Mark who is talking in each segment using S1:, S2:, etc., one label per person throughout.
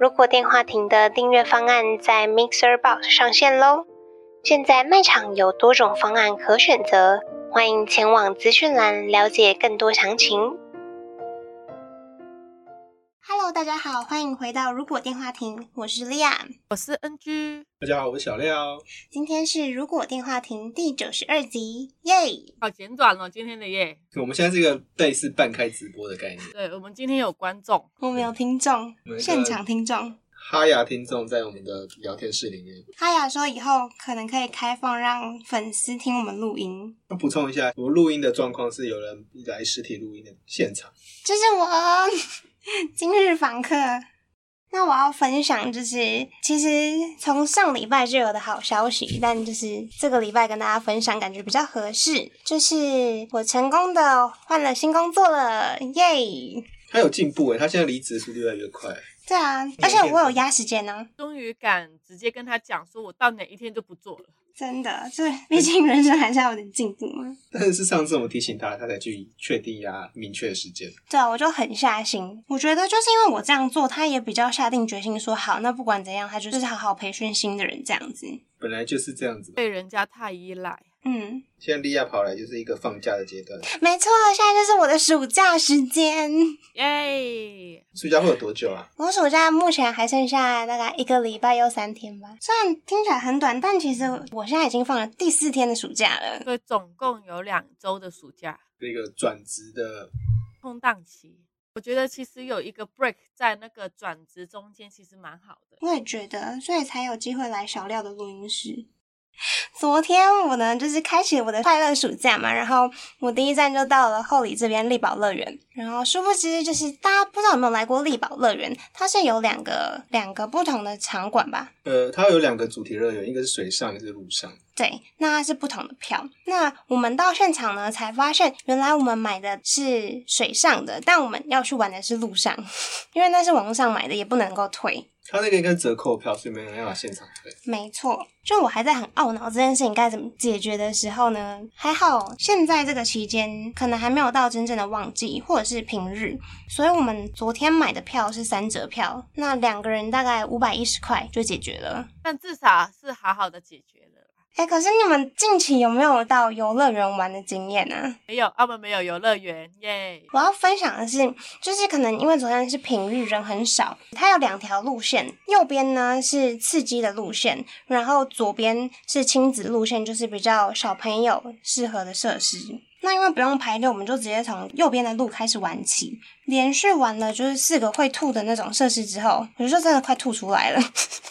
S1: 如果电话亭的订阅方案在 Mixer Box 上线喽。现在卖场有多种方案可选择，欢迎前往资讯栏了解更多详情。Hello，大家好，欢迎回到如果电话亭，我是莉亚。
S2: 我是 NG，
S3: 大家好，我是小廖。
S1: 今天是如果电话亭第九十二集，耶、
S2: 好简短哦，今天的耶。
S3: 我们现在是一个类似半开直播的概念，
S2: 对我们今天有观众，
S1: 我们有听众
S3: 我们，一 个
S1: 现场听众。
S3: 哈牙听众在我们的聊天室里面。
S1: 哈雅说以后可能可以开放让粉丝听我们录音。
S3: 要补充一下，我录音的状况是有人来实体录音的现场，
S1: 这是我 今日访客。那我要分享就是，其实从上礼拜就有的好消息，但就是这个礼拜跟大家分享，感觉比较合适。就是我成功的换了新工作了，耶！
S3: 他有进步诶，他现在离职速度越来越快。
S1: 对啊，而且我有压时间呢、
S2: 终于敢直接跟他讲说，我到哪一天就不做了。
S1: 真的，这毕竟人生还是要有点进步嘛。
S3: 但是上次我们提醒他，他才去确定呀明确时间。
S1: 对啊，我就很下心。我觉得就是因为我这样做，他也比较下定决心说好，那不管怎样，他就是好好培训新的人这样子。
S3: 本来就是这样子，
S2: 被人家太依赖，
S1: 嗯，
S3: 现在利亚跑来就是一个放假的阶段，
S1: 没错，现在就是我的暑假时间。
S2: 耶！
S3: 暑假会有多久啊？
S1: 我暑假目前还剩下大概一个礼拜又三天吧，虽然听起来很短，但其实我现在已经放了第四天的暑假了。
S2: 所以总共有两周的暑假
S3: 那个转职的，
S2: 空档期。我觉得其实有一个 break 在那个转职中间，其实蛮好的。
S1: 我也觉得，所以才有机会来小廖的录音室。昨天我呢，就是开启我的快乐暑假嘛，然后我第一站就到了后里这边力宝乐园，然后殊不知就是大家不知道有没有来过力宝乐园，它是有两个两个不同的场馆吧，
S3: 呃，它有两个主题乐园，一个是水上，一个是陆上。
S1: 对，那它是不同的票。那我们到现场呢，才发现原来我们买的是水上的，但我们要去玩的是路上， 因为那是网络上买的，也不能够退。
S3: 它那个应该是折扣票，所以没有办法现场退。
S1: 没错，就我还在很懊恼这件事情该怎么解决的时候呢，还好现在这个期间可能还没有到真正的旺季或者是平日，所以我们昨天买的票是三折票，那两个人大概五百一十块就解决了。
S2: 但至少是好好的解决了。
S1: 哎，可是你们近期有没有到游乐园玩的经验呢、啊
S2: 没有，澳门没有游乐园，耶！
S1: 我要分享的是，就是可能因为昨天是平日，人很少，它有两条路线，右边呢是刺激的路线，然后左边是亲子路线，就是比较小朋友适合的设施。那因为不用排队，我们就直接从右边的路开始玩起，连续玩了就是四个会吐的那种设施之后，我就真的快吐出来了，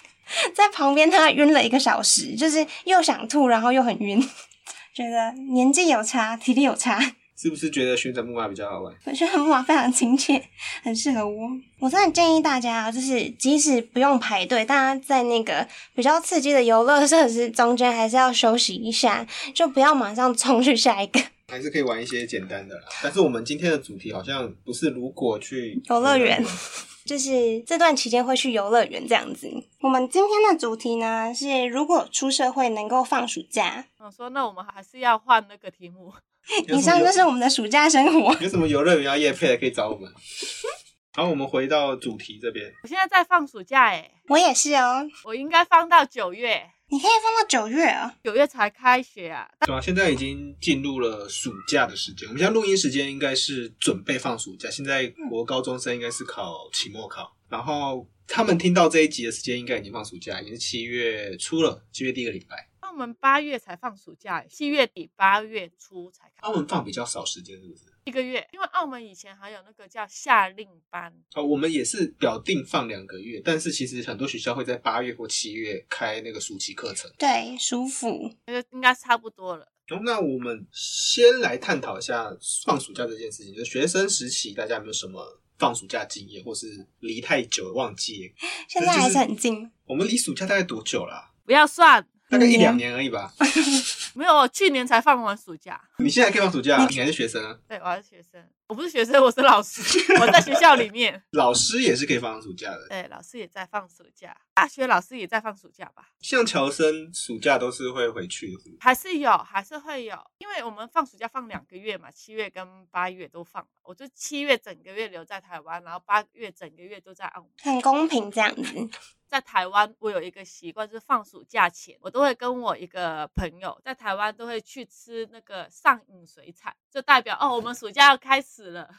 S1: 在旁边他晕了一个小时，就是又想吐，然后又很晕， 觉得年纪有差，体力有差。
S3: 是不是觉得旋转木马比较好玩？
S1: 我觉得木马非常亲切，很适合我。我真的建议大家，啊就是即使不用排队，大家在那个比较刺激的游乐设施中间，还是要休息一下，就不要马上冲去下一个。
S3: 还是可以玩一些简单的啦。但是我们今天的主题好像不是如果去
S1: 游乐园就是这段期间会去游乐园这样子。我们今天的主题呢是，如果出社会能够放暑假，
S2: 我说那我们还是要换那个题目，
S1: 以上就是我们的暑假生活。
S3: 有什么游乐园要夜配的可以找我们。 好，我们回到主题这边，
S2: 我现在在放暑假，哎，
S1: 我也是哦，
S2: 我应该放到九月，
S1: 你可以放到九月哦。
S2: 九月才开学啊。
S3: 对啊，现在已经进入了暑假的时间。我们现在录音时间应该是准备放暑假，现在国高中生应该是考期末考，然后他们听到这一集的时间应该已经放暑假，已经是七月初了，七月第一个礼拜。
S2: 澳门八月才放暑假，欸七月底八月初才开
S3: 澳门放比较少时间，是不是？
S2: 一个月，因为澳门以前还有那个叫夏令班，
S3: 哦，我们也是表定放两个月，但是其实很多学校会在八月或七月开那个暑期课程。
S1: 对，舒服。
S2: 那就应该差不多了。
S3: 哦，那我们先来探讨一下放暑假这件事情，就是学生时期大家有没有什么放暑假经验，或是离太久了忘记了。
S1: 现在还是很近。
S3: 我们离暑假大概多久啦、
S2: 不要算，
S3: 大概一
S1: 五
S3: 两年而已吧。
S2: 没有，我去年才放完暑假。
S3: 你现在可以放暑假啊，你还是学生啊，
S2: 对，我还是学生，我不是学生，我是老师，我在学校里面。
S3: 老师也是可以放暑假的。
S2: 对，老师也在放暑假，大学老师也在放暑假吧？
S3: 像乔生暑假都是会回去的，
S2: 还是有，还是会有，因为我们放暑假放两个月嘛，七月跟八月都放，我就七月整个月留在台湾，然后八月整个月都在澳门。
S1: 很公平这样子，
S2: 在台湾，我有一个习惯，就是放暑假前，我都会跟我一个朋友在台湾都会去吃那个上瘾水产，就代表哦，我们暑假要开始了。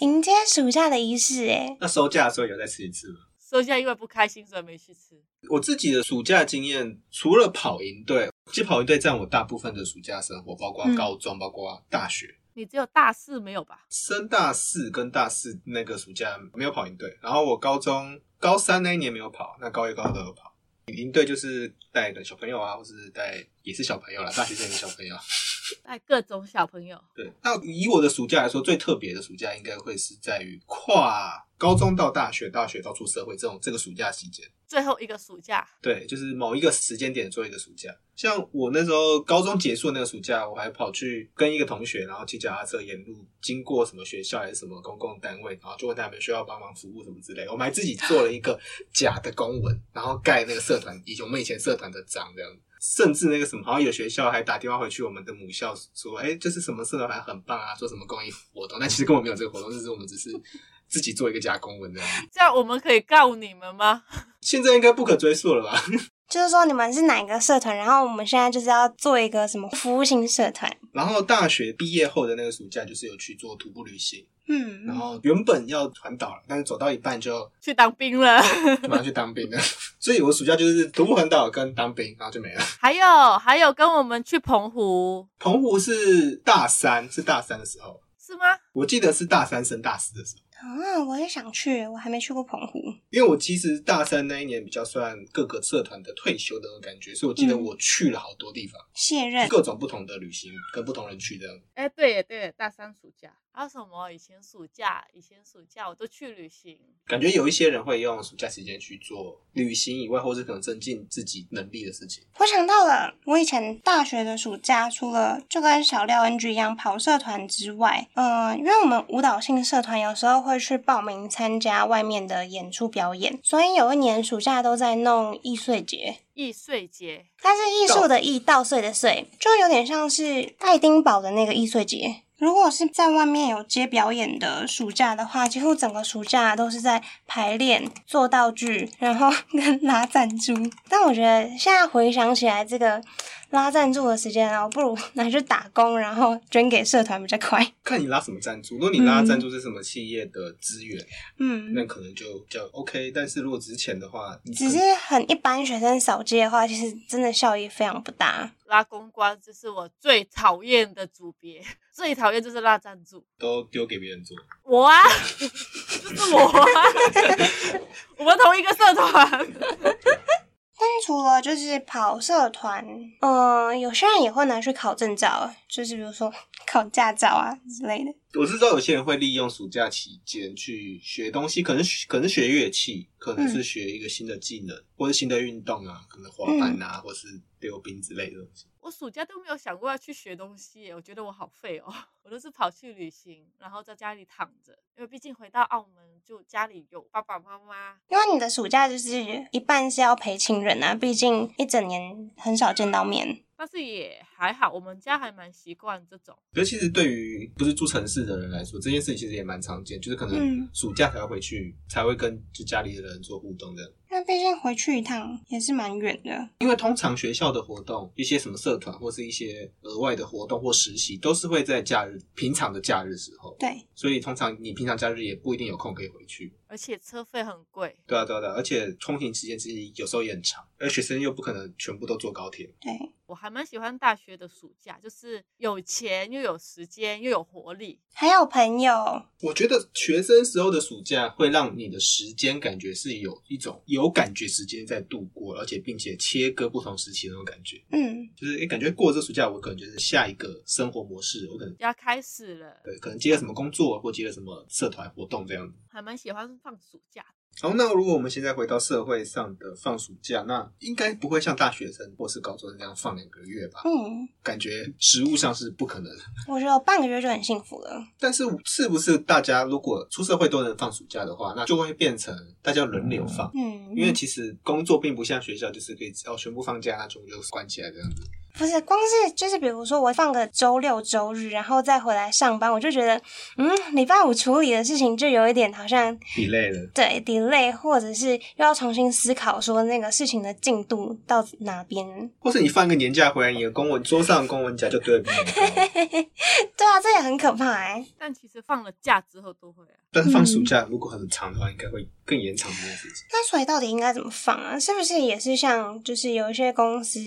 S1: 迎接暑假的仪式哎，
S3: 那收假的时候有再吃一次吗？
S2: 暑假因为不开心，所以没去吃。
S3: 我自己的暑假经验，除了跑营队，其实跑营队占我大部分的暑假生活，包括
S1: 嗯
S3: 高中，包括大学。
S2: 你只有大四没有吧？
S3: 升大四跟大四那个暑假没有跑营队，然后我高中高三那一年没有跑，那高一高二都有跑。营队就是带个小朋友啊，或是带也是小朋友啦，大学生也是小朋友。啊
S2: 带各种小朋友，
S3: 对，那以我的暑假来说，最特别的暑假应该会是在于跨高中到大学，大学到出社会这种这个暑假期间。
S2: 最后一个暑假，
S3: 对，就是某一个时间点做一个暑假。像我那时候高中结束的那个暑假，我还跑去跟一个同学，然后骑脚踏车沿路经过什么学校还是什么公共单位，然后就问他有没有需要帮忙服务什么之类。我们还自己做了一个假的公文，然后盖那个社团以及我们以前社团的章这样子。甚至那个什么，好像有学校还打电话回去我们的母校说，哎、这是什么社团还很棒啊，做什么公益活动。但其实根本没有这个活动，就是我们只是自己做一个假公文这样子。
S2: 这样我们可以告你们吗？
S3: 现在应该不可追溯了吧？
S1: 就是说你们是哪个社团，然后我们现在就是要做一个什么服务型社团，
S3: 然后大学毕业后的那个暑假，就是有去做徒步旅行，
S1: 嗯，
S3: 然后原本要环岛了，但是走到一半就
S2: 去当兵了。
S3: 马上去当兵了， 所以我暑假就是徒步环岛跟当兵，然后就没了。
S2: 还有还有，跟我们去澎湖
S3: 澎湖是大三，是大三的时候，
S2: 是吗？
S3: 我记得是大三升大四的时候，
S1: 啊，我也想去，我还没去过澎湖，
S3: 因为我其实大三那一年比较算各个社团的退休的感觉，所以我记得
S1: 嗯
S3: 我去了好多地方，
S1: 卸任，
S3: 各种不同的旅行，跟不同人去这样。
S2: 哎，对耶对耶，大三暑假还有什么？以前暑假，以前暑假我都去旅行，
S3: 感觉有一些人会用暑假时间去做旅行以外，或是可能增进自己能力的事情。
S1: 我想到了，我以前大学的暑假，除了就跟小廖恩居一样跑社团之外，嗯、因为我们舞蹈性社团有时候会去报名参加外面的演出表演，所以有一年暑假都在弄易碎节。
S2: 易碎节
S1: 它是艺术的艺，稻穗的穗，就有点像是爱丁堡的那个易碎节。如果是在外面有接表演的暑假的话，几乎整个暑假都是在排练、做道具，然后跟拉赞助。 但我觉得现在回想起来，这个拉赞助的时间啊，我不如拿去打工，然后捐给社团比较快。
S3: 看你拉什么赞助。如果你拉赞助是什么企业的资源，
S1: 嗯，
S3: 那可能就比较 OK。但是如果值钱的话，你可
S1: 只是很一般学生扫街的话，其实真的效益非常不大。
S2: 拉公关，这是我最讨厌的组别， 最讨厌就是拉赞助。
S3: 都丢给别人做。
S2: 我啊， 就是我啊， 我们同一个社团。
S1: 但是除了就是跑社团，嗯、有些人也会拿去考证照，啊就是比如说 考驾照啊之类的。
S3: 我是知道有些人会利用暑假期间去学东西，可能可能学乐器，可能是学一个新的技能，或是新的运动啊，可能滑板啊，或是溜冰之类的东西。
S2: 我暑假都没有想过要去学东西耶，我觉得我好废哦， 我都是跑去旅行，然后在家里躺着，因为毕竟回到澳门就家里有爸爸妈妈，
S1: 因为你的暑假就是一半是要陪亲人啊，毕竟一整年很少见到面。
S2: 但是也还好，我们家还蛮习惯这种。
S3: 可是其实对于不是住城市的人来说，这件事其实也蛮常见，就是可能
S1: 嗯
S3: 暑假才会回去，才会跟就家里的人做互动这样。
S1: 那毕竟回去一趟也是蛮远的，
S3: 因为通常学校的活动，一些什么社团或是一些额外的活动或实习，都是会在假日、平常的假日时候，
S1: 对，
S3: 所以通常你平常假日也不一定有空可以回去。
S2: 而且车费很贵，
S3: 对啊，对啊，对啊，而且通勤时间其实有时候也很长，而学生又不可能全部都坐高铁。
S1: 对，
S2: 我还蛮喜欢大学的暑假，就是有钱又有时间又有活力。
S1: 还有朋友，
S3: 我觉得学生时候的暑假会让你的时间感觉是有一种有感觉时间在度过，而且并且切割不同时期的那种感觉。
S1: 嗯，嗯，
S3: 就是诶感觉过了这暑假，我可能就是下一个生活模式，我可能
S2: 要开始了，
S3: 对，可能接了什么工作，或接了什么社团活动这样子。
S2: 还蛮喜欢放暑假的。
S3: 好，那如果我们现在回到社会上的放暑假，那应该不会像大学生或是高中生那样放两个月吧？
S1: 嗯，
S3: 感觉实物上是不可能的。
S1: 我觉得我半个月就很幸福了。
S3: 但是是不是大家如果出社会都能放暑假的话，那就会变成大家轮流放。
S1: 嗯，
S3: 因为其实工作并不像学校，就是可以哦全部放假，那全部就关起来这样子。
S1: 不是光是就是比如说我放个周六周日，然后再回来上班，我就觉得，嗯，礼拜五处理的事情就有一点好像
S3: delay 了。
S1: 对 delay，或者是又要重新思考说那个事情的进度到哪边。
S3: 或是你放一个年假回来，你的公文桌上的公文夹就堆了一年糕
S1: 对啊，这也很可怕哎、
S2: 但其实放了假之后都会啊，
S3: 但是放暑假如果很长的话，应该会更延长这件事情。
S1: 那所以到底应该怎么放啊？是不是也是像就是有一些公司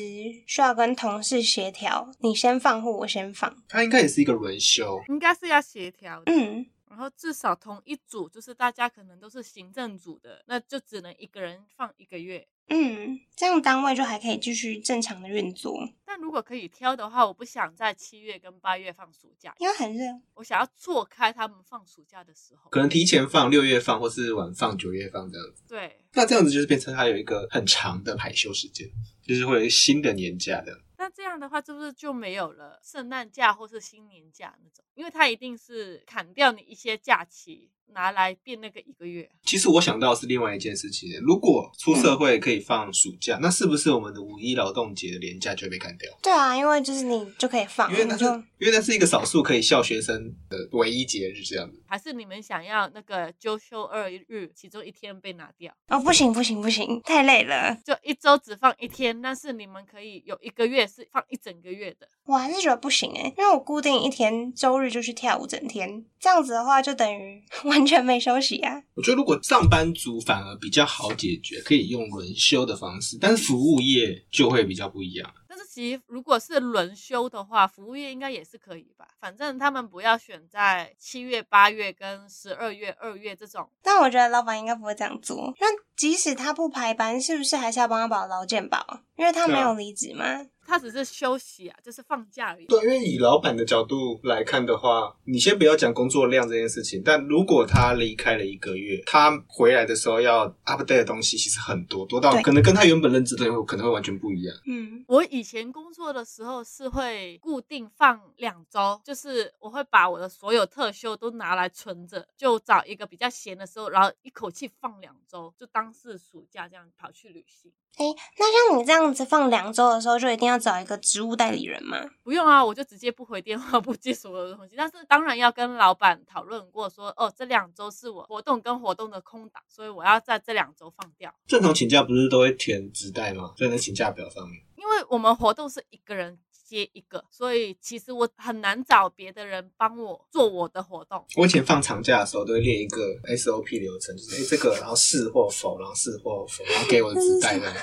S1: 需要跟同事协调，你先放或我先放？
S3: 它应该也是一个轮休，
S2: 应该是要协调的。
S1: 嗯，
S2: 然后至少同一组，就是大家可能都是行政组的，那就只能一个人放一个月。
S1: 嗯，这样单位就还可以继续正常的运作，
S2: 但如果可以挑的话，我不想在七月跟八月放暑假，
S1: 因为很热。
S2: 我想要错开他们放暑假的时候。
S3: 可能提前放六月放，或是晚放九月放这样子。
S2: 对，
S3: 那这样子就是变成它有一个很长的排休时间，就是会有一个新的年假的。
S2: 那这样的话，是不是就没有了圣诞假或是新年假那种？因为它一定是砍掉你一些假期，拿来变那个一个月。
S3: 其实我想到的是另外一件事情，如果出社会可以放暑假，那是不是我们的五一劳动节的年假就会被砍掉？
S1: 对啊，因为就是你就可以放，
S3: 因为
S1: 你
S3: 那是
S1: 就
S3: 因为那是一个少数可以笑学生的唯一节日，这样子。
S2: 还是你们想要那个周休二日，其中一天被拿掉，
S1: 哦不行不行不行，太累了。
S2: 就一周只放一天，但是你们可以有一个月是放一整个月的。
S1: 我还是觉得不行诶、因为我固定一天周日就去跳舞整天，这样子的话就等于 完全没休息啊。
S3: 我觉得如果上班族反而比较好解决，可以用轮休的方式，但是服务业就会比较不一样。
S2: 但是其实如果是轮休的话，服务业应该也是可以吧？反正他们不要选在七月、八月跟十二月、二月这种。
S1: 但我觉得老板应该不会这样做。那即使他不排班，是不是还是要帮他保劳健保？因为他没
S3: 对啊
S1: 有离职嘛。
S2: 他只是休息啊，就是放假而已。
S3: 对，因为以老板的角度来看的话，你先不要讲工作量这件事情，但如果他离开了一个月，他回来的时候要 update 的东西其实很多，多到
S1: 对
S3: 可能跟他原本认知的东西可能会完全不一样。
S1: 嗯
S2: 我以前工作的时候是会固定放两周，就是我会把我的所有特休都拿来存着，就找一个比较闲的时候，然后一口气放两周，就当是暑假这样跑去旅行。
S1: 哎、那像你这样子放两周的时候，就一定要找一个职务代理人嘛？
S2: 不用啊，我就直接不回电话，不接所有的东西。但是当然要跟老板讨论过说，哦，这两周是我活动跟活动的空档，所以我要在这两周放掉。
S3: 正常请假不是都会填职代吗？在那请假表上面。
S2: 因为我们活动是一个人接一个，所以其实我很难找别的人帮我做我的活动。
S3: 我以前放长假的时候，都会列一个 SOP 流程，就是哎、诶这个，然后是或否，然后是或否，然后给我的 纸袋这样。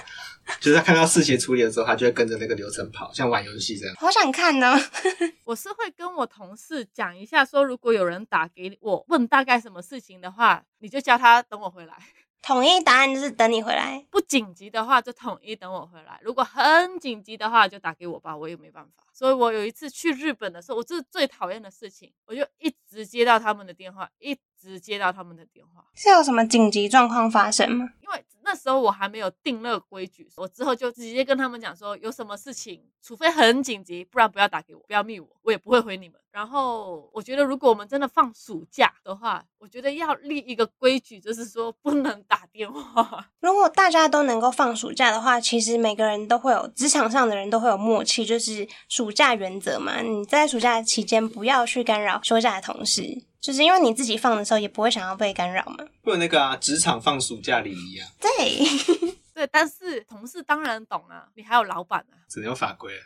S3: 就是他看到事情处理的时候，他就会跟着那个流程跑，像玩游戏这样。
S1: 好想看哦呢。
S2: 我是会跟我同事讲一下，说如果有人打给我问大概什么事情的话，你就叫他等我回来。
S1: 统一答案就是等你回来。
S2: 不紧急的话就统一等我回来，如果很紧急的话就打给我吧，我也没办法。所以我有一次去日本的时候，我这是最讨厌的事情，我就一直接到他们的电话，一直接到他们的电话，
S1: 是有什么紧急状况发生吗？
S2: 因为那时候我还没有定那个规矩，我之后就直接跟他们讲说，有什么事情，除非很紧急，不然不要打给我，不要密我，我也不会回你们。然后我觉得，如果我们真的放暑假的话，我觉得要立一个规矩，就是说不能打电话。
S1: 如果大家都能够放暑假的话，其实每个人都会有职场上的人都会有默契，就是暑假原则嘛。你在暑假期间不要去干扰休假的同事，就是因为你自己放的时候也不会想要被干扰嘛。
S3: 或者那个啊，职场放暑假礼仪啊，
S1: 对，
S2: 对，但是同事当然懂啊，你还有老板啊。
S3: 只能用法规了。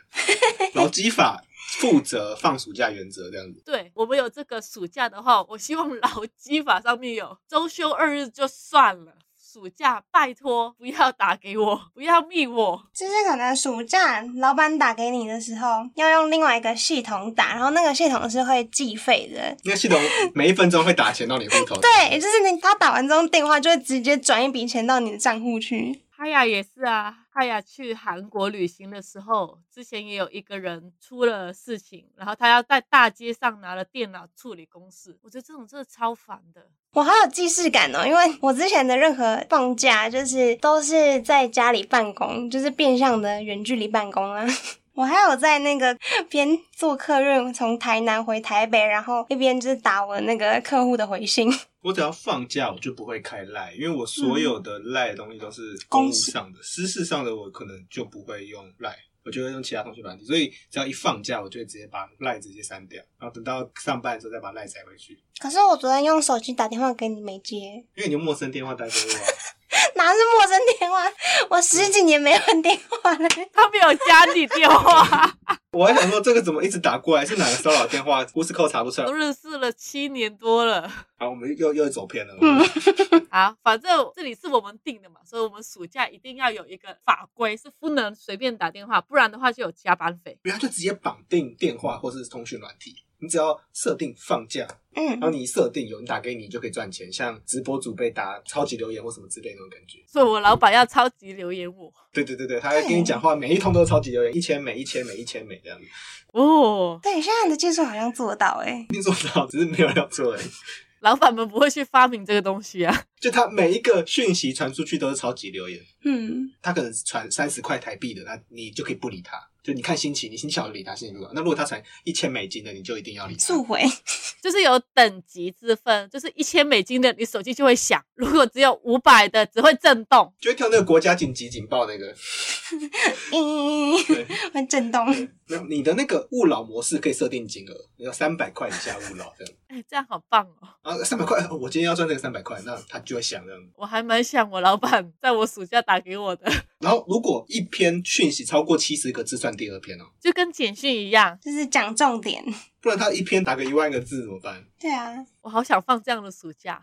S3: 劳基法负责放暑假原则这样子。
S2: 对我们有这个暑假的话，我希望劳基法上面有周休二日就算了，暑假拜托不要打给我，不要密我。
S1: 就是可能暑假老板打给你的时候，要用另外一个系统打，然后那个系统是会计费的。
S3: 那系统每一分钟会打钱到你户头。
S1: 对，就是你他打完之后，电话就会直接转一笔钱到你的账户去。
S2: 哈雅也是啊，泰雅去韩国旅行的时候，之前也有一个人出了事情，然后他要在大街上拿了电脑处理公事，我觉得这种真的超烦的。
S1: 我好有既视感哦，因为我之前的任何放假就是都是在家里办公，就是变相的远距离办公啊。 我还有在那个边做客运从台南回台北，然后一边就是打我那个客户的回信。
S3: 我只要放假，我就不会开赖，因为我所有的赖的东西都是
S1: 嗯公
S3: 公务
S1: 事
S3: 上的，私事上的我可能就不会用赖，我就会用其他通讯软体。所以只要一放假，我就会直接把赖直接删掉，然后等到上班的时候再把赖载回去，
S1: 可是我昨天用手机打电话给你没接，
S3: 因为你用陌生电话打给我啊。
S1: 哪是陌生电话？我十几年没换电话 了。
S2: 他没有加你电话，
S3: 我还想说这个怎么一直打过来，是哪个骚扰电话？呼市扣查不出来
S2: 都。认识了七年多了。
S3: 好，我们又又走偏了。
S1: 嗯
S2: 好，反正这里是我们定的嘛，所以我们暑假一定要有一个法规是不能随便打电话，不然的话就有加班费。
S3: 不要就直接绑定电话或是通讯软体，你只要设定放假，然后
S1: 嗯，
S3: 你一设定有人打给你就可以赚钱，像直播主被打超级留言或什么之类的那种感觉。
S2: 所以我老板要超级留言我
S3: 对对对对，他会跟你讲话，每一通都是超级留言，一千美一千美一千美这样子，
S2: 哦，
S1: 对，现在的技术好像做得到欸诶、
S3: 一定做不到，只是没有人要做而已。
S2: 老板们不会去发明这个东西啊。
S3: 就他每一个讯息传出去都是超级留言，
S1: 嗯，
S3: 他可能传三十块台币的，那你就可以不理他。就你看心情，你心情好就理他，心情不好。那如果他传一千美金的，你就一定要理他。
S1: 速回。
S2: 就是有等级之分，就是一千美金的你手机就会响，如果只有五百的只会震动。
S3: 就会跳那个国家紧急警报那个，
S1: 嗯，
S3: 对，
S1: 会震动。
S3: 那你的那个勿扰模式可以设定金额，你要三百块以下勿扰这样。
S2: 哎，这样好棒哦！
S3: 啊，三百块，哦我今天要赚这个三百块，那他就会想这样。
S2: 我还蛮想我老板在我暑假打给我的，
S3: 然后如果一篇讯息超过七十个字，算第二篇哦，
S2: 就跟简讯一样。
S1: 就是讲重点。
S3: 不然他一篇打个一万个字怎么办？
S1: 对啊，
S2: 我好想放这样的暑假，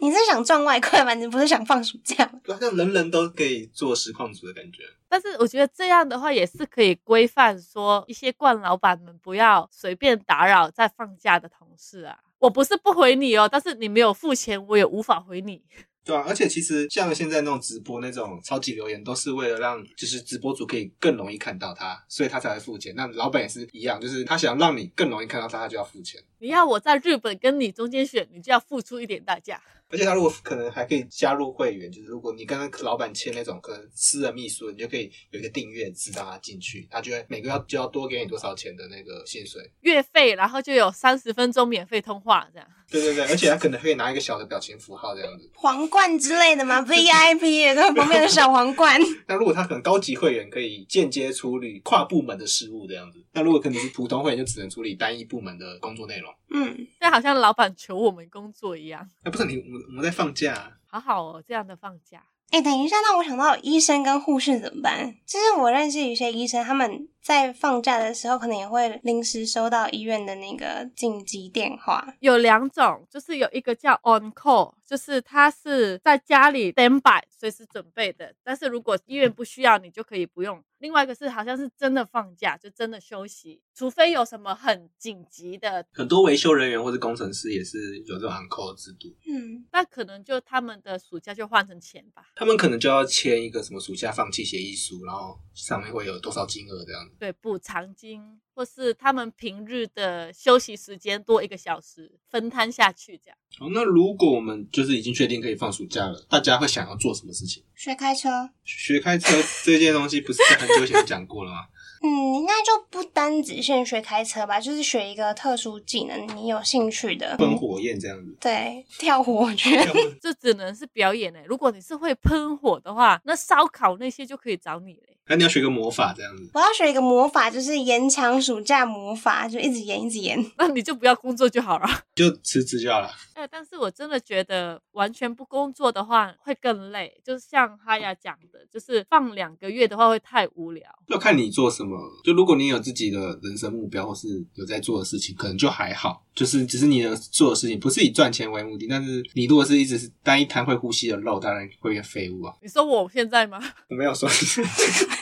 S1: 你是想赚外快吗？你不是想放暑假吗？
S3: 对啊，像人人都可以做实况组的感觉。
S2: 但是我觉得这样的话也是可以规范说一些惯老板们不要随便打扰在放假的同事啊。我不是不回你哦，但是你没有付钱，我也无法回你。
S3: 对啊，而且其实像现在那种直播那种超级留言，都是为了让就是直播主可以更容易看到他，所以他才会付钱。那老板也是一样，就是他想让你更容易看到他，他就要付钱。
S2: 你要我在日本跟你中间选，你就要付出一点代价。
S3: 而且他如果可能还可以加入会员，就是如果你跟老板签那种可能私人秘书，你就可以有一个订阅制让他进去，他就会每个要就要多给你多少钱的那个薪水。
S2: 月费，然后就有三十分钟免费通话这样。
S3: 对对对，而且他可能可以拿一个小的表情符号这样子。
S1: 皇冠之类的吗？VIP 耶，对，旁边有小皇冠。
S3: 那如果他可能高级会员可以间接处理跨部门的事务这样子，那如果可能是普通会员就只能处理单一部门的工作内容。
S1: 嗯，
S2: 但好像老板求我们工作一样，
S3: 哎、不是你，我们我们在放假、啊，
S2: 好好哦，这样的放假。
S1: 哎、等一下，让我想到医生跟护士怎么办？就是我认识有些医生，他们在放假的时候，可能也会临时收到医院的那个紧急电话。
S2: 有两种，就是有一个叫 on call，就是他是在家里 stand by 随时准备的，但是如果医院不需要，你就可以不用。另外一个是好像是真的放假，就真的休息，除非有什么很紧急的，
S3: 很多维修人员或是工程师也是有这种 uncle 制度，
S1: 嗯，
S2: 那可能就他们的暑假就换成钱吧。
S3: 他们可能就要签一个什么暑假放弃协议书，然后上面会有多少金额这样子。
S2: 对，补偿金，或是他们平日的休息时间多一个小时，分摊下去这样。
S3: 好，哦那如果我们就是已经确定可以放暑假了，大家会想要做什么事情？
S1: 学开车。
S3: 学开车这件东西不是在很久以前讲过了 吗？
S1: 嗯，应该就不单只限学开车吧，就是学一个特殊技能，你有兴趣的。，
S3: 喷火焰这样子
S1: 对，跳火，我觉得。
S2: 这只能是表演呢、欸如果你是会喷火的话，那烧烤那些就可以找你嘞、
S3: 那你要学个魔法这样子。
S1: 我要学一个魔法，就是延长暑假魔法，就一直延，一直延。
S2: 那你就不要工作就好了。
S3: 就辞职就好了。
S2: 哎，但是我真的觉得完全不工作的话会更累，就是像哈雅讲的，就是放两个月的话会太无聊。
S3: 要看你做什么。就如果你有自己的人生目标，或是有在做的事情，可能就还好。就是只是你的做的事情不是以赚钱为目的，但是你如果是一直是单一摊会呼吸的肉，当然会变废物啊。
S2: 你说我现在吗？
S3: 我没有说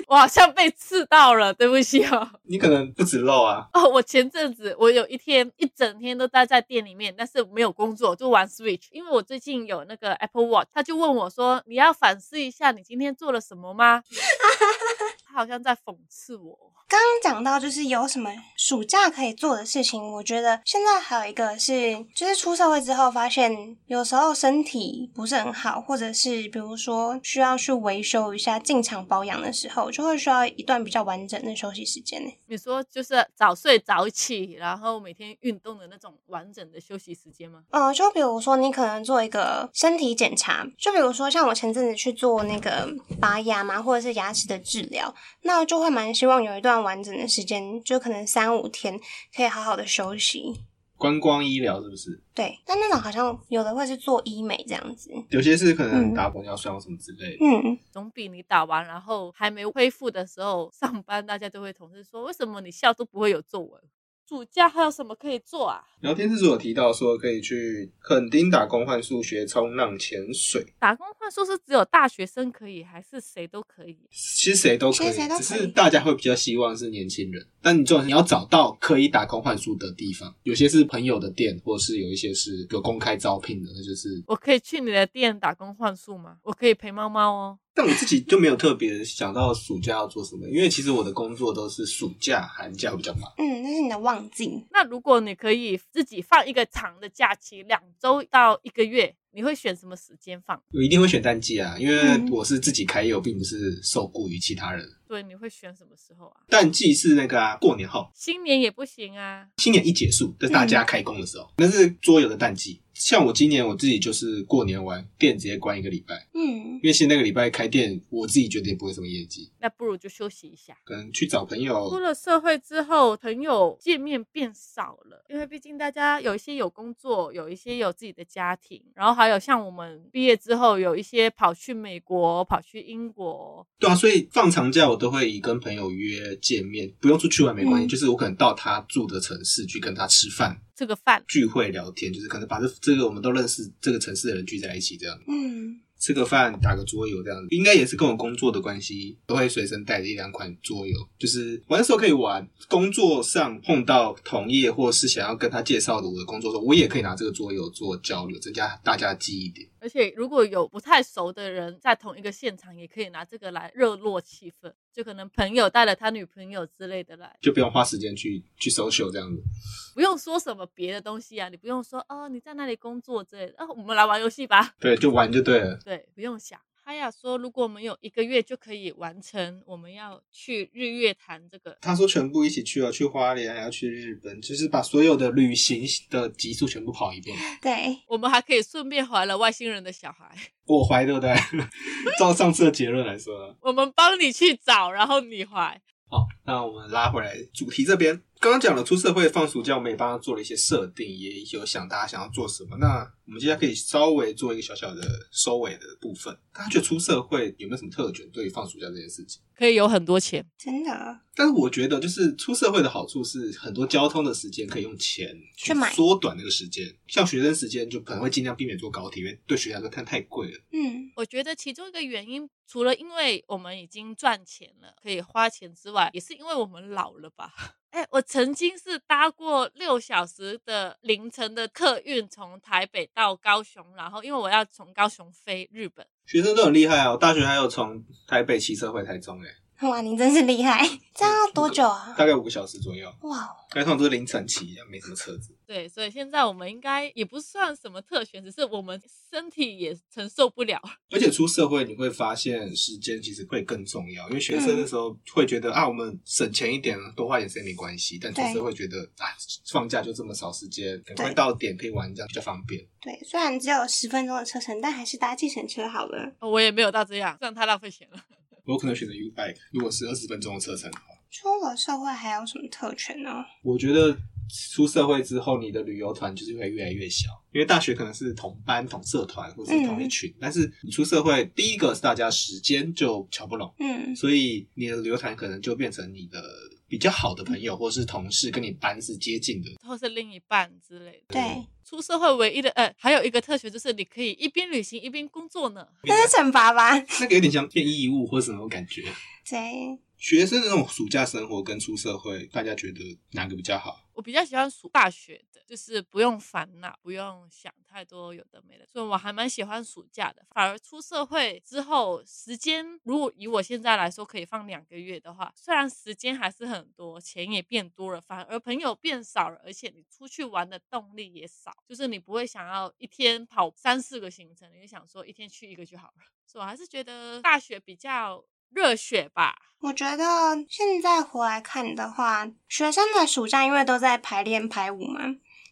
S2: 我好像被刺到了，对不起哦。
S3: 你可能不止肉啊，
S2: 哦，我前阵子我有一天一整天都待在店里面，但是没有工作，就玩 Switch。因为我最近 有那个 Apple Watch，他就问我说：“你要反思一下你今天做了什么吗？”他好像在讽刺我。
S1: 刚刚讲到就是有什么暑假可以做的事情，我觉得现在还有一个是，就是出社会之后发现有时候身体不是很好，或者是比如说需要去维修一下进场保养的时候，就会需要一段比较完整的休息时间呢。
S2: 你说就是早睡早起，然后每天运动的那种完整的休息时间吗？
S1: 呃，就比如说你可能做一个身体检查，就比如说像我前阵子去做那个拔牙嘛，或者是牙齿的治疗，那就会蛮希望有一段完整的时间，就可能三五天可以好好的休息。
S3: 观光医疗是不是？
S1: 对，但那种好像有的会是做医美这样子，
S3: 有些是可
S1: 嗯
S3: 能打玻尿酸或什么之类的。
S1: 嗯，
S2: 总比你打完然后还没恢复的时候上班，大家都会同事说为什么你笑都不会有皱纹。暑假还有什么可以做啊？
S3: 聊天室所有提到说可以去垦丁打工换数学、冲浪、潜水，
S2: 打工换宿是只有大学生可以，还是谁都可以？
S3: 其实谁都可以，
S1: 其实谁都可以
S3: 只是大家会比较希望是年轻人。但你重点是你要找到可以打工换数的地方，有些是朋友的店，或者是有一些是有公开招聘的，那就是。
S2: 我可以去你的店打工换宿吗？我可以陪猫猫哦。
S3: 但我自己就没有特别想到暑假要做什么，因为其实我的工作都是暑假、寒假比较忙。
S1: 嗯，那是你的旺季。
S2: 那如果你可以自己放一个长的假期，两周到一个月，你会选什么时间放？
S3: 我一定会选淡季啊，因为
S1: 嗯
S3: 我是自己开业，我并不是受雇于其他人。
S2: 对，你会选什么时候啊？
S3: 淡季是那个啊，过年后
S2: 新年也不行啊。
S3: 新年一结束，就是大
S1: 嗯
S3: 家开工的时候，那是桌游的淡季。像我今年我自己就是过年完店直接关一个礼拜，
S1: 嗯，
S3: 因为其实那个礼拜开店，我自己觉得也不会什么业绩，
S2: 那不如就休息一下。
S3: 可能去找朋
S2: 出
S3: 友。
S2: 了社会之后，朋友见面变少了，因为毕竟大家有一些有工作，有一些有自己的家庭，然后还有像我们毕业之后，有一些跑去美国，跑去英国，
S3: 对啊，所以放长假我都会以跟朋友约见面，不用出去玩没关系，
S1: 嗯
S3: 就是我可能到他住的城市去跟他吃饭、
S2: 吃个饭。
S3: 聚会、聊天，就是可能把这这个我们都认识这个城市的人聚在一起这样。
S1: 嗯，
S3: 吃个饭、打个桌游这样子，应该也是跟我工作的关系，都会随身带着一两款桌游，就是玩的时候可以玩，工作上碰到同业或是想要跟他介绍的我的工作的时候，我也可以拿这个桌游做交流，增加大家的记忆点。
S2: 而且如果有不太熟的人在同一个现场，也可以拿这个来热络气氛。就可能朋友带了他女朋友之类的来，
S3: 就不用花时间去去 social 这样子，
S2: 不用说什么别的东西啊，你不用说哦你在那里工作之类的，哦我们来玩游戏吧。
S3: 对，就玩就对了。
S2: 对，不用想。哈雅说，如果我们有一个月就可以完成，我们要去日月潭这个。
S3: 他说全部一起去哦，去花莲，还要去日本，就是把所有的旅行的集数全部跑一遍。
S1: 对，
S2: 我们还可以顺便怀了外星人的小孩，
S3: 我怀对不对？ 照上次的结论来说呢，
S2: 我们帮你去找，然后你怀。
S3: 好，那我们拉回来主题这边，刚刚讲了出社会放暑假，我们也帮他做了一些设定，也有想大家想要做什么。那我们接下来可以稍微做一个小小的收尾的部分。大家觉得出社会有没有什么特权对于放暑假这件事情？
S2: 可以有很多钱，
S1: 真的，啊
S3: 但是我觉得，就是出社会的好处是，很多交通的时间可以用钱
S1: 去买
S3: 缩短那个时间。像学生时间就可能会尽量避免坐高铁，因为对学生来说太太贵了。
S1: 嗯
S2: 我觉得其中一个原因，除了因为我们已经赚钱了，可以花钱之外，也是因为我们老了吧。哎，我曾经是搭过六小时的凌晨的客运，从台北到高雄，然后因为我要从高雄飞日本，
S3: 学生都很厉害啊！我大学还有从台北骑车回台中、欸，
S1: 哇，你真是厉 害！这样要多久啊？
S3: 大概五个小时左右。
S1: 哇，哦
S3: 而且通常都是凌晨骑，没什么车子。
S2: 对，所以现在我们应该也不算什么特权，只是我们身体也承受不了。
S3: 而且出社会，你会发现时间其实会更重要，因为学生的时候会觉得、啊，我们省钱一点，啊多花点时间没关系。但出社会觉得啊，放假就这么少时间，赶快
S1: 对
S3: 到点可以玩，这样比较方便。
S1: 对，虽然只有十分钟的车程，但还是搭计程车好了。
S2: 我也没有到这样，这样太浪费钱了。
S3: 我可能选择 U bike，如果是二十分钟的车程的话，
S1: 出了社会还有什么特权呢？
S3: 我觉得出社会之后，你的旅游团就是会越来越小，因为大学可能是同班、同社团或是同一群，但是你出社会，第一个是大家时间就瞧不拢。
S1: 嗯，
S3: 所以你的旅游团可能就变成你的比较好的朋友或是同事，跟你班是接近的。
S2: 或是另一半之类的。
S1: 对，
S2: 出社会唯一的呃，还有一个特权就是你可以一边旅行一边工作呢。
S1: 那是惩罚吧？
S3: 那个有点像变义务或什么感觉。
S1: 对，
S3: 学生的那种暑假生活跟出社会，大家觉得哪个比较好？
S2: 我比较喜欢暑大学的，就是不用烦恼，不用想太多有的没的，所以我还蛮喜欢暑假的。反而出社会之后，时间如果以我现在来说可以放两个月的话，虽然时间还是很多，钱也变多了，反而朋友变少了，而且你出去玩的动力也少，就是你不会想要一天跑三四个行程，你就想说一天去一个就好了。所以我还是觉得大学比较热血吧。
S1: 我觉得现在回来看的话，学生的暑假因为都在排练排舞嘛，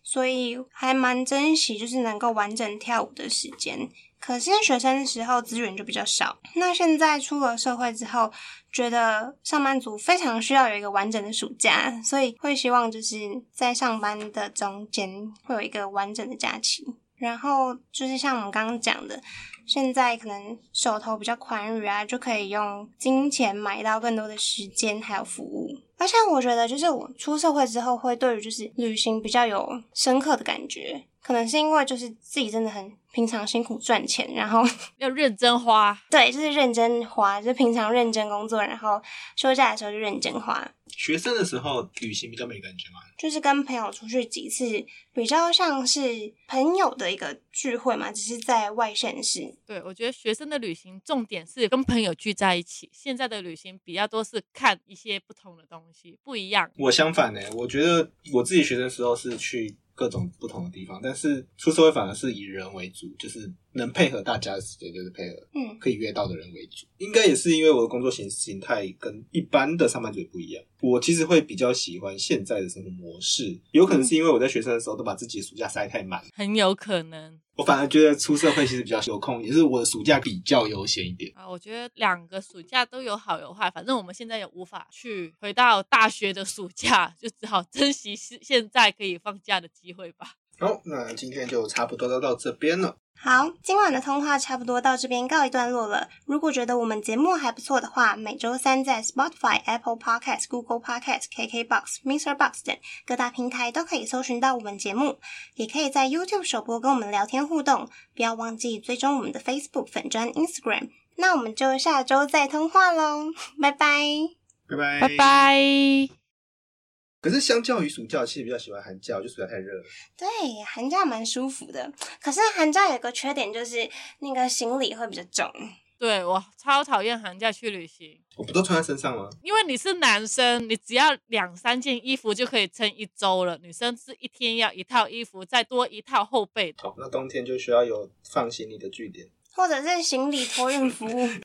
S1: 所以还蛮珍惜就是能够完整跳舞的时间。可是学生时候资源就比较少，那现在出了社会之后，觉得上班族非常需要有一个完整的暑假，所以会希望就是在上班的中间会有一个完整的假期。然后就是像我们刚刚讲的，现在可能手头比较宽裕啊，就可以用金钱买到更多的时间还有服务。而且我觉得，就是我出社会之后，会对于就是旅行比较有深刻的感觉，可能是因为就是自己真的很平常辛苦赚钱，然后
S2: 要认真花，
S1: 对，就是认真花，就是平常认真工作，然后休假的时候就认真花，
S3: 学生的时候旅行比较没感觉嘛，
S1: 就是跟朋友出去几次，比较像是朋友的一个聚会嘛，只是在外县市，
S2: 对，我觉得学生的旅行重点是跟朋友聚在一起，现在的旅行比较多是看一些不同的东西，不一样。
S3: 我相反呢、我觉得我自己学生时候是去各种不同的地方，但是出社会反而是以人为主，就是能配合大家的时间就是配合
S1: 嗯，
S3: 可以约到的人为主。应该也是因为我的工作形形态跟一般的上班族也不一样，我其实会比较喜欢现在的生活模式，有可能是因为我在学生的时候都把自己的暑假塞太满，
S2: 很有可能
S3: 我反而觉得出社会其实比较有空，也是我的暑假比较悠闲一点。
S2: 啊，我觉得两个暑假都有好有坏，反正我们现在也无法去回到大学的暑假，就只好珍惜现现在可以放假的机会吧。
S3: 好，那今天就差不多到到这边了。
S1: 好，今晚的通话差不多到这边告一段落了。如果觉得我们节目还不错的话，每周三在 Spotify、Apple Podcast、Google Podcast、KKBox、Mr. Box 等各大平台都可以搜寻到我们节目，也可以在 YouTube 首播跟我们聊天互动。不要忘记追踪我们的 Facebook 粉专、Instagram。那我们就下周再通话喽， 拜拜。
S3: 拜拜
S2: 拜。拜。
S3: 可是相较于暑假，我其实比较喜欢寒假，我觉得暑假太热了。
S1: 对，寒假蛮舒服的，可是寒假有个缺点就是那个行李会比较重。
S2: 对我超讨厌寒假去旅行，
S3: 我不都穿在身上吗？
S2: 因为你是男生，你只要两三件衣服就可以撑一周了。女生是一天要一套衣服，再多一套后背的。
S3: 好，那冬天就需要有放行李的据点。
S1: 或者是行李托运服务。